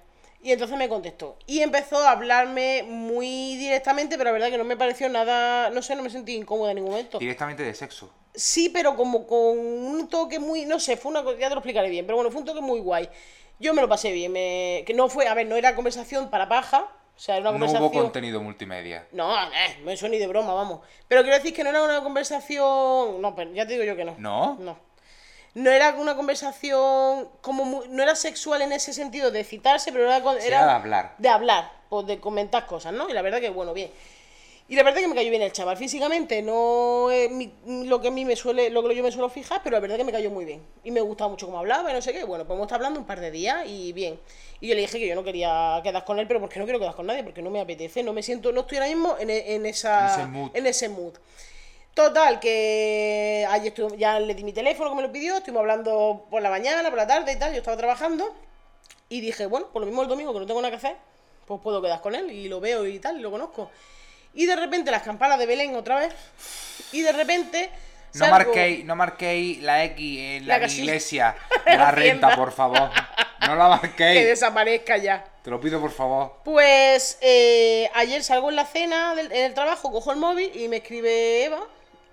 Y entonces me contestó. Y empezó a hablarme muy directamente, pero la verdad que no me pareció nada, no sé, no me sentí incómoda en ningún momento. Directamente de sexo. Sí, pero como con un toque muy, no sé, fue una cosa, ya te lo explicaré bien, pero bueno, fue un toque muy guay. Yo me lo pasé bien, me- que no fue, a ver, no era conversación para paja, o sea, era una No conversación... hubo contenido multimedia. No, eh, no, eso ni de broma, vamos. Pero quiero decir que no era una conversación. No, pero ya te digo yo que no. ¿No? No. No era una conversación como mu- no era sexual en ese sentido de citarse, pero era, con- Sí, era era de hablar. de hablar, pues de comentar cosas, ¿no? Y la verdad que bueno, bien. Y la verdad que me cayó bien el chaval físicamente, no es mi- lo que a mí me suele, lo que yo me suelo fijar, pero la verdad que me cayó muy bien. Y me gustaba mucho cómo hablaba y no sé qué. Bueno, pues hemos estado hablando un par de días y bien. Y yo le dije que yo no quería quedar con él, pero porque no quiero quedar con nadie, porque no me apetece, no me siento, no estoy ahora mismo en, e- en esa, En ese mood. en ese mood. Total, que ayer estuve- ya le di mi teléfono que me lo pidió, estuvimos hablando por la mañana, por la tarde y tal, yo estaba trabajando y dije, bueno, por lo mismo el domingo que no tengo nada que hacer, pues puedo quedar con él y lo veo y tal, y lo conozco. Y de repente las campanas de Belén otra vez y de repente... No salgo- marquéis, no marquéis la X en la, La casilla. iglesia de la renta, por favor. No la Que marquéis. desaparezca ya. Te lo pido, por favor. Pues eh, ayer salgo en la cena del, en el trabajo, cojo el móvil y me escribe Eva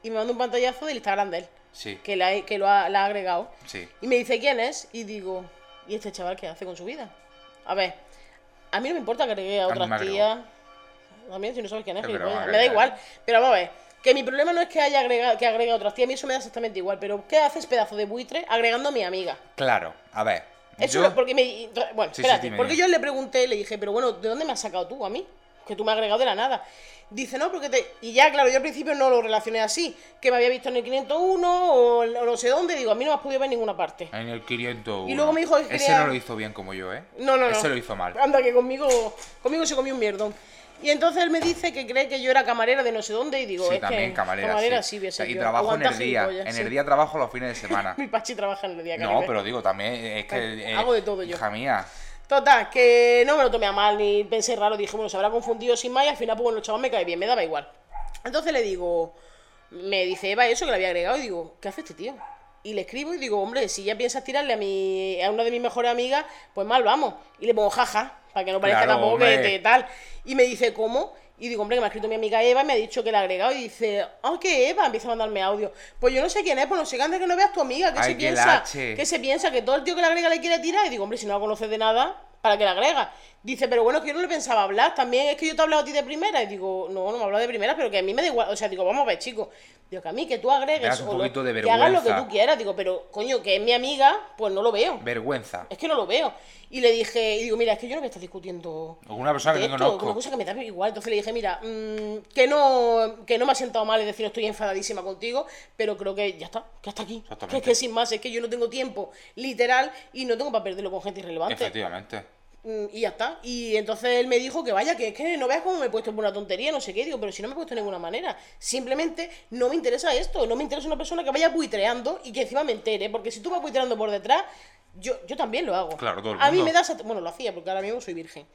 y me manda un pantallazo del Instagram de él, Sí, que, la he- que lo ha- la ha agregado. sí. Y me dice quién es, y digo, ¿y este chaval qué hace con su vida? A ver, a mí no me importa que agregue a A mí me otras agregó. tías. También, si no sabes quién es, Es broma, gilipollas. me da ¿verdad? igual. Pero vamos a ver, que mi problema no es que haya agregado, que agregue a otras tías, a mí eso me da exactamente igual. Pero, ¿qué haces, pedazo de buitre, agregando a mi amiga? Claro, a ver. Eso yo- es porque me. Bueno, Sí, sí, espérate, dime, porque dime. yo le pregunté, le dije, pero bueno, ¿de dónde me has sacado tú a mí? Que tú me has agregado de la nada. Dice, no, porque te. Y ya, claro, yo al principio no lo relacioné así, que me había visto en el 501 o, en- o no sé dónde, digo, a mí no me has podido ver en ninguna parte. En el 501. Y luego me dijo que Ese quería- no lo hizo bien como yo, ¿eh? No, no, no. Ese lo hizo mal. Anda, que conmigo, conmigo se comió un mierdón. Y entonces él me dice que cree que yo era camarera de no sé dónde y digo, sí, es también que camarera. sí. sí, voy a ser y yo. trabajo en Aguanta el día. gilipollas, En sí. el día trabajo los fines de semana. Mi pachi trabaja en el día, no, caribe. pero digo, también es que... Ay, eh, hago de todo yo. Hija mía. Total, que no me lo tomé a mal ni pensé raro. Dije, bueno, se habrá confundido sin más y al final, pues bueno, el chaval me cae bien, me daba igual. Entonces le digo, me dice Eva eso que le había agregado y digo, ¿qué hace este tío? Y le escribo y digo, hombre, si ya piensas tirarle a mi a una de mis mejores amigas, pues mal vamos. Y le pongo jaja, para que no parezca Claro, tampoco que hombre. te- tal. Y me dice, ¿cómo? Y digo, hombre, que me ha escrito mi amiga Eva y me ha dicho que le ha agregado. Y dice, ah, que Eva empieza a mandarme audio. Pues yo no sé quién es, pues no sé qué antes que no veas tu amiga, que Ay, se qué piensa. lache. Que se piensa que todo el tío que le agrega le quiere tirar. Y digo, hombre, si no la conoces de nada, ¿para qué la agrega? Dice, pero bueno, es que yo no le pensaba hablar. También es que yo te he hablado a ti de primera. Y digo, no, no me he hablado de primera, pero que a mí me da igual. O sea, digo, vamos a ver, chico. Digo, que a mí que tú Me agregues das un lo- poquito de que hagas lo que vergüenza. tú quieras. Digo, pero coño, que es mi amiga, pues no lo veo. Vergüenza. Es que no lo veo. Y le dije, y digo, mira, es que yo no voy a estar discutiendo Con una persona que de no esto, conozco. una cosa que me da igual. Entonces le dije, mira, mm, que, no, que no me ha sentado mal, es decir, estoy enfadadísima contigo, pero creo que ya está, que hasta aquí. Exactamente. Que es que sin más, es que yo no tengo tiempo, literal, y no tengo para perderlo con gente irrelevante. Efectivamente. Mm, y ya está. Y entonces él me dijo que vaya, que es que no veas cómo me he puesto por una tontería, no sé qué. Digo, pero si no me he puesto de ninguna manera. Simplemente no me interesa esto. No me interesa una persona que vaya buitreando y que encima me entere. Porque si tú vas buitreando por detrás, yo, yo también lo hago. Claro, todo el A mí mundo. me da... sat- Bueno, lo hacía porque ahora mismo soy virgen.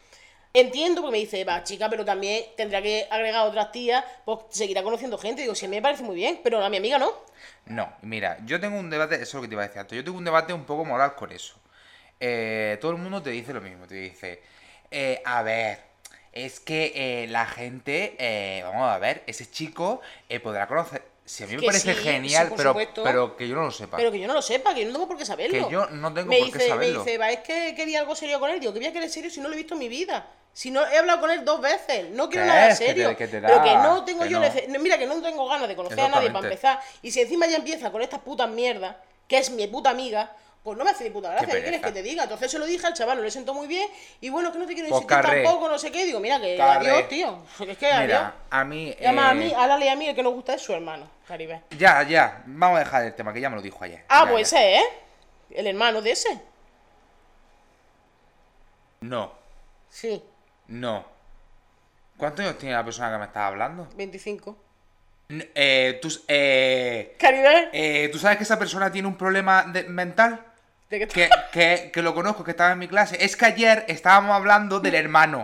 Entiendo porque me dice, va, chica, pero también tendrá que agregar otras tías, pues seguirá conociendo gente. Digo, si a mí me parece muy bien, pero a mi amiga no. No, mira, yo tengo un debate, eso es lo que te iba a decir antes, yo tengo un debate un poco moral con eso. Eh, todo el mundo te dice lo mismo, te dice, eh, a ver, es que eh, la gente, eh, vamos a ver, ese chico eh, podrá conocer, Si a mí me Que parece sí, genial, sí, por pero, supuesto. pero que yo no lo sepa. Pero que yo no lo sepa, que yo no tengo por qué saberlo. Que yo no tengo me por qué dice, saberlo. Me dice, va, es que quería algo serio con él. Digo, ¿qué voy a querer serio si no lo he visto en mi vida? Si no he hablado con él dos veces, no quiero ¿Qué nada es? Que te- serio. que te da, pero que no tengo que yo. no. nece- no, Mira, que no tengo ganas de conocer a nadie para Exactamente. empezar. Y si encima ya empieza con esta puta mierda, que es mi puta amiga. Pues no me hace ni puta gracia, ¿qué pereza. quieres que te diga? Entonces se lo dije al chaval, no le sentó muy bien. Y bueno, que no te quiero Pues insistir carré. tampoco, no sé qué. Digo, mira, que Carré. adiós, tío. Es que adiós. Mira, a mí. Y además, a eh, mí, a Lale y a mí, el que nos gusta es su hermano, Caribe. Ya, ya. Vamos a dejar el tema, que ya me lo dijo ayer. Ah, Ya, pues ya. ese, ¿eh? El hermano de ese. No, Sí, no. ¿Cuántos años tiene la persona que me estás hablando? 25. N- Eh, tú, s- eh, Caribe, eh, ¿Tú sabes que esa persona tiene un problema de- mental? ¿de qué Que, que, que lo conozco, que estaba en mi clase. Es que ayer estábamos hablando del hermano.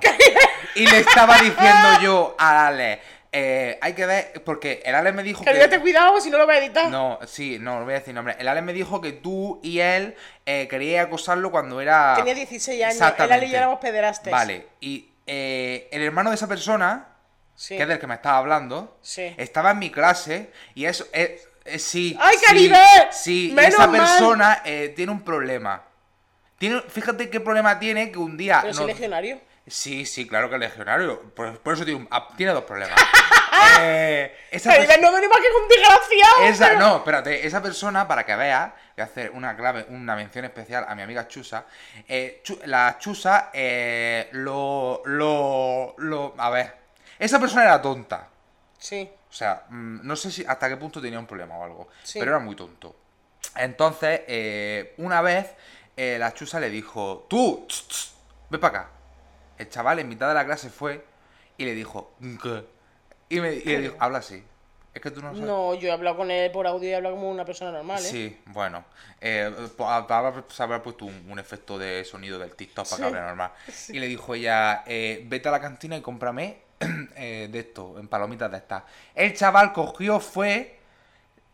Y le estaba diciendo yo a Ale. eh, hay que ver, porque el Ale me dijo Caribe, que. te cuidado, si no lo va a editar. No, sí, no, no voy a decir nombre. El Ale me dijo que tú y él eh, queríais acosarlo cuando era. Tenía 16 años. Él ah, Exactamente. Ale y yo éramos pederastes. Vale, y eh, el hermano de esa persona, Sí. que es del que me estaba hablando, Sí. estaba en mi clase y eso. es sí, ¡Ay, sí, Caribe! Sí, y ¡Menos esa mal! persona eh, tiene un problema. Tiene, fíjate qué problema tiene que un día. Pero si ah, no- legionario. Sí, sí, claro que es legionario. Por, por eso tiene, un- ah, tiene dos problemas. Eh, esa Caribe, no venimos aquí con desgraciado. esa, pero- no, espérate, esa persona, para que veas, voy a hacer una clave, una mención especial a mi amiga Chusa. Eh, Chu- la Chusa, eh, lo, lo, lo. A ver, esa persona era tonta. Sí. O sea, mm, no sé si hasta qué punto tenía un problema o algo, Sí. pero era muy tonto. Entonces, eh, una vez, eh, la chusa le dijo, tú, tss, tss, ven para acá. El chaval en mitad de la clase fue y le dijo, ¿qué? Y, me, y le dijo, habla así. Es que tú no sabes. No, yo he hablado con él por audio y he hablado como una persona normal, ¿eh? Sí, bueno. Eh, po- ha- ha- se habrá puesto un, un efecto de sonido del TikTok para que Sí. hable normal. Y le dijo ella, eh, vete a la cantina y cómprame eh, de esto, en palomitas de estas. El chaval cogió, fue,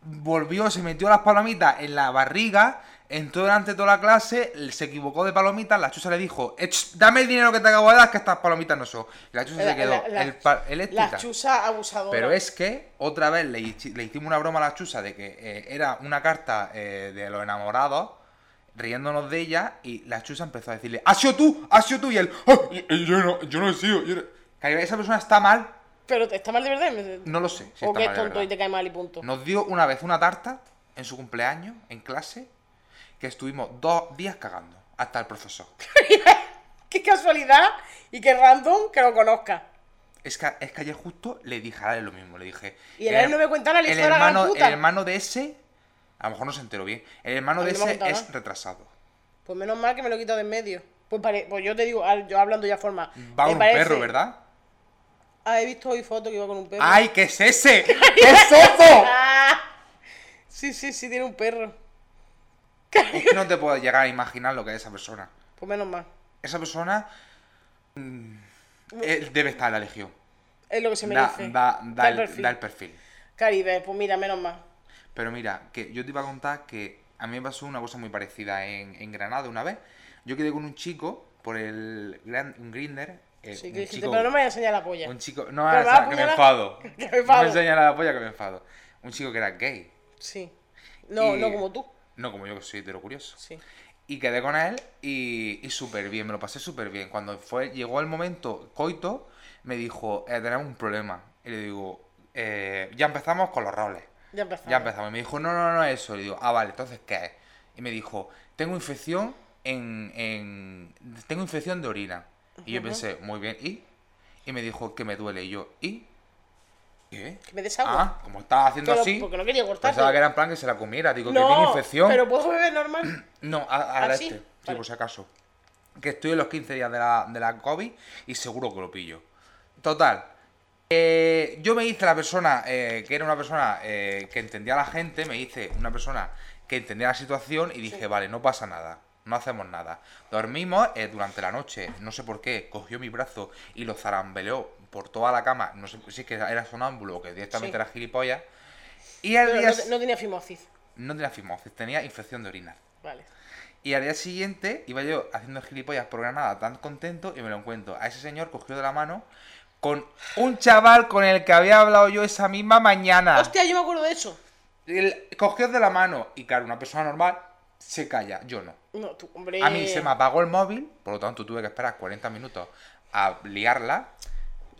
volvió, se metió las palomitas en la barriga, entró delante de toda la clase, se equivocó de palomitas, la chusa le dijo, "Ech, dame el dinero que te acabo de dar, que estas palomitas no son. Y la chusa La- se quedó la- la- el pa- eléctrica. La chusa abusadora. Pero es que otra vez le, hici- le hicimos una broma a la chusa de que eh, era una carta eh, de los enamorados, riéndonos de ella, y la chusa empezó a decirle, ¡Has sido tú! ¡Has sido tú! Y él, "Ah, y- y yo, no, yo no he sido. yo no". Caribe, Esa persona está mal, Pero te- está mal de verdad. no lo sé. si o está que es mal de tonto y verdad. te cae mal y punto. Nos dio una vez una tarta en su cumpleaños, en clase, que estuvimos dos días cagando, hasta el profesor. Qué casualidad y qué random que lo conozca. Es que, es que ayer justo le dije a él lo mismo, le dije. "Eh, Y el Ale no me cuenta nada, le el hizo la gran hermano, puta. El hermano de ese, a lo mejor no se enteró bien, el hermano A de mí no me ese ha contado es nada. retrasado. Pues menos mal que me lo he quitado de en medio. Pues, pare- pues yo te digo, al- yo hablando ya forma. Va me con parece- un perro, ¿verdad? Ah, he visto hoy foto que iba con un perro. ¡Ay, qué es ese! ¡Qué es eso! Ah, Sí, sí, sí, tiene un perro. Es que no te puedo llegar a imaginar lo que es esa persona. Pues menos mal. Esa persona mm, él debe estar en la legión. Es lo que se me Da, dice. da- da el- perfil. da el perfil. Caribe, pues mira, menos mal. Pero mira, que yo te iba a contar que a mí me pasó una cosa muy parecida en, en Granada una vez. Yo quedé con un chico por el gran, un grinder. eh, Sí, un que dijiste, chico- pero no me voy a enseñar la polla. Un chico. No, Pero va, o sea, que me apuñala- enfado. que me No enfado. me enseñala la polla que me enfado. Un chico que era gay. Sí. No, y- no como tú. No, como yo que soy hetero curioso. Sí. Y quedé con él y, y súper bien, me lo pasé súper bien. Cuando fue, llegó el momento coito, me dijo, eh, tenemos un problema. Y le digo, eh, ya empezamos con los roles. Ya empezamos. Ya empezamos. Y me dijo, no, no, no es eso. Y digo, ah, vale, entonces, ¿qué es? Y me dijo, tengo infección en... en- tengo infección de orina. Y yo pensé, muy bien, ¿y? Y me dijo que me duele. Y yo, ¿y? ¿Qué? Que me des agua. Ah, como estaba haciendo Pero- así, porque no quería cortarte. pensaba que era en plan que se la comiera. Digo, que No, tiene infección. pero puedo beber normal. No, a, a la ¿Ah, sí? este, sí, Vale. por si acaso. Que estoy en los 15 días de la, de la COVID y seguro que lo pillo. Total. eh, yo me hice la persona eh, que era una persona eh, que entendía a la gente, me hice una persona que entendía la situación y dije, vale, no pasa nada, no hacemos nada. Dormimos eh, durante la noche, no sé por qué, cogió mi brazo y lo zarambeleó por toda la cama, no sé si es que era sonámbulo o que directamente Sí. era gilipollas. Y al Pero día... no, te- no tenía fimosis. no tenía fimosis, tenía infección de orina. Vale. Y al día siguiente iba yo haciendo gilipollas por Granada tan contento y me lo encuentro. A ese señor cogido de la mano con un chaval con el que había hablado yo esa misma mañana. Hostia, yo me acuerdo de eso. El- cogeos de la mano. Y claro, una persona normal se calla, yo no. No, tú, hombre. A mí se me apagó el móvil, por lo tanto tuve que esperar 40 minutos a liarla.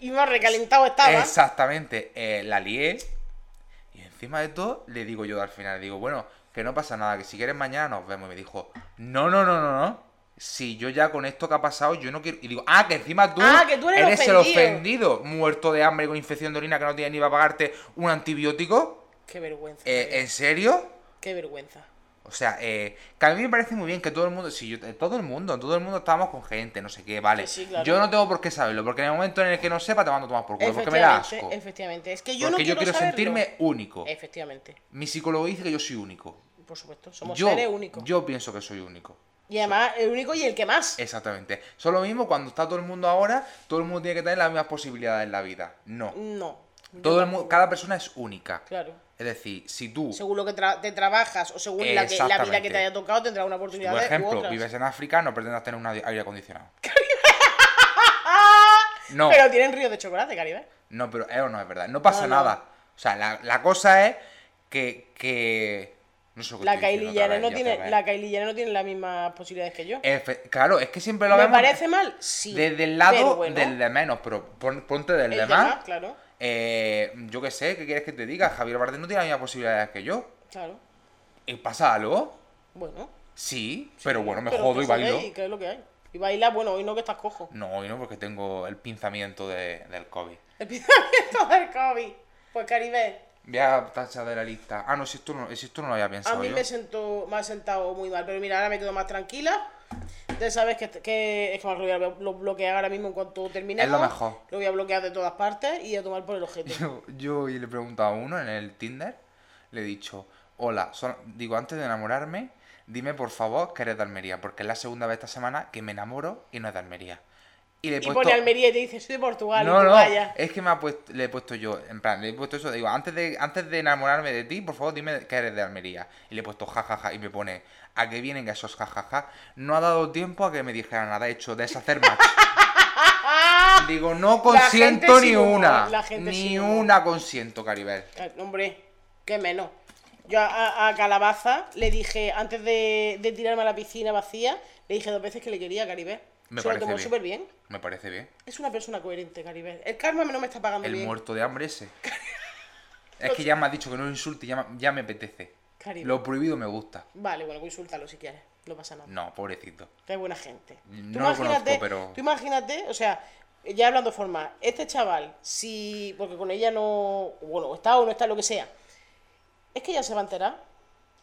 Y más recalentado estaba. Exactamente, eh, la lié. Y encima de todo, le digo yo al final, digo, bueno, que no pasa nada, que si quieres mañana nos vemos. Y me dijo, no, no, no, no, no. Si yo ya con esto que ha pasado, yo no quiero. Y digo, ah, que encima tú, Ah, que tú eres el ofendido. ofendido, muerto de hambre con infección de orina que no tiene ni para pagarte un antibiótico. Qué vergüenza. Eh, tío. ¿En serio? Qué vergüenza. O sea, eh, que a mí me parece muy bien que todo el mundo, si yo, eh, todo el mundo, todo el mundo estábamos con gente, no sé qué, vale. Sí, sí, claro. Yo no tengo por qué saberlo, porque en el momento en el que no sepa te mando a tomar por culo, porque me da asco. Efectivamente, efectivamente. Es que yo Porque no quiero, saberlo. Eh. sentirme único. Efectivamente. Mi psicólogo dice que yo soy único. Por supuesto. Somos yo, seres únicos. Yo pienso que soy único. y además, el único y el que más. Exactamente. Son lo mismo cuando está todo el mundo ahora, todo el mundo tiene que tener las mismas posibilidades en la vida. No. No. Mm, Yo Todo el tampoco. mundo, cada persona es única. Claro. Es decir, si tú, Según lo que tra- te trabajas o según la, que- la vida que Exactamente. te haya tocado, tendrás una oportunidad por u ejemplo, otras. vives en África, no pretendas tener un aire aire acondicionado. No. Pero tienen ríos de chocolate, Caribe. No, pero eso no es verdad. No pasa No, no. nada. O sea, la, la cosa es que. que... Pues No sé lo que La estoy Kylie diciendo otra Jenner no vez, ya tiene, otra vez. la Kylie Jenner no tiene las mismas posibilidades que yo. Efe- Claro, es que siempre lo ¿Me vemos parece mal? Sí. desde el pero lado bueno, del de menos, pero pon- ponte del el de de más. más, claro. Eh, yo qué sé, ¿qué quieres que te diga? Javier Bardem no tiene las mismas posibilidades que yo. Claro. ¿Y pasa algo? Bueno. Sí, pero bueno, me pero jodo tú y bailo. sales ¿Qué es lo que hay? Y baila, bueno, hoy no que estás cojo. No, hoy no, porque tengo el pinzamiento de- del COVID. El pensamiento del COVID. Pues Caribe, Voy a tachar de la lista. Ah, no, si esto no, si esto no lo había a pensado mí yo. me, sentó, me ha sentado muy mal, pero mira, ahora me quedo más tranquila. Ya sabes que, que es que me lo voy a blo- lo bloquear ahora mismo en cuanto termine. Es lo mejor. Lo voy a bloquear de todas partes y a tomar por el objeto. Yo, yo hoy le he preguntado a uno en el Tinder, le he dicho, hola, sol- digo, antes de enamorarme, dime por favor que eres de Almería, porque es la segunda vez esta semana que me enamoro y no es de Almería. Y le he Y puesto- pone Almería y te dice, soy de Portugal, no, y tú no, vaya. es que me ha puesto, le he puesto yo, en plan, le he puesto eso, digo, antes de, antes de enamorarme de ti, por favor dime que eres de Almería. Y le he puesto jajaja y me pone, ¿a qué vienen esos jajaja? No ha dado tiempo a que me dijera nada, he hecho deshacer match. Digo, no La gente consiento ni sin humor, una. la gente Ni sin humor. una consiento, Caribel. Ay, Eh, Hombre, qué menos. Yo a- a, a Calabaza le dije, antes de, de tirarme a la piscina vacía, le dije dos veces que le quería a Caribe. Me Se lo parece tomó bien. súper bien. Me parece bien. Es una persona coherente, Caribe. El karma no me está pagando El bien. muerto de hambre ese. es que ya me has dicho que no insulte, ya, me- ya me apetece. Caribe. Lo prohibido me gusta. Vale, bueno, pues insúltalo si quieres. No pasa nada. No, pobrecito. Que es buena gente. Tú No lo conozco, pero- Tú imagínate, o sea, ya hablando formal, este chaval, si. Porque con ella no. Bueno, o está o no está, lo que sea. Es que ya se va a enterar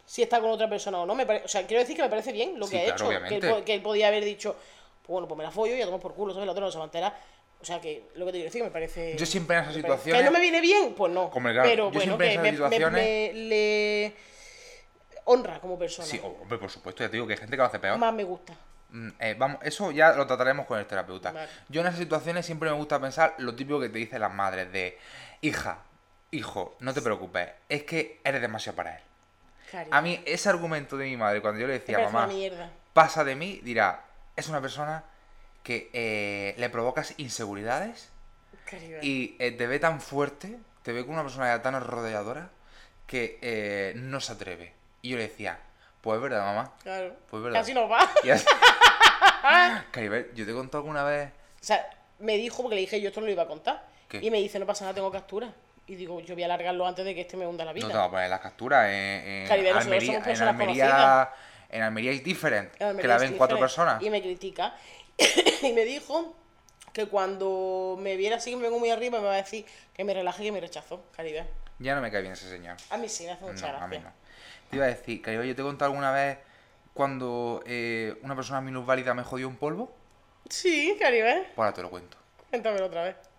si está con otra persona o no. Me pare- O sea, quiero decir que me parece bien lo Sí, que ha claro, hecho. Que, obviamente. él, po- que él podía haber dicho, pues bueno, pues me la follo y la tomo por culo, ¿sabes? La otra no se va a enterar. O sea, que lo que te quiero decir me parece. Yo siempre en esas me parece- situaciones- Eh, ¿Que no me viene bien? Pues no. Hombre, claro, pero yo bueno, siempre que en me, esas me- me- situaciones- le. honra como persona. Sí, hombre, por supuesto, ya te digo que hay gente que lo hace peor. Más me gusta. Mm, eh, vamos, eso ya lo trataremos con el terapeuta. Vale. Yo en esas situaciones siempre me gusta pensar lo típico que te dicen las madres de hija, hijo, no te preocupes, es que eres demasiado para él. Cari. A mí ese argumento de mi madre cuando yo le Me decía parece mamá, una mierda. pasa de mí, dirá, es una persona que eh, le provocas inseguridades Caribe. y eh, te ve tan fuerte, te ve con una personalidad tan rodeadora que eh, no se atreve. Y yo le decía, pues es verdad, mamá. Claro. Pues verdad. Casi nos va. O Y así- Caribel, yo te he contado alguna vez. sea, me dijo, porque le dije yo esto no lo iba a contar. ¿Qué? Y me dice, no pasa nada, tengo captura. Y digo, yo voy a alargarlo antes de que este me hunda la vida. No te voy a poner las capturas. En, en Caribel, nosotros Almería, somos en personas Almería, en Almería es diferente. Claro, me Que la tienes ven cuatro diferente. personas. Y me critica. y me dijo que cuando me viera así, que me vengo muy arriba, me va a decir que me relaje, que me rechazó, Caribe. Ya no me cae bien ese señor. A mí sí, me hace mucha No, a mí gracia. no. Te iba a decir, Caribel, yo te he contado alguna vez cuando eh, una persona minusválida me jodió un polvo. Sí, Caribe. Pues ahora te lo cuento. Cuéntamelo otra vez.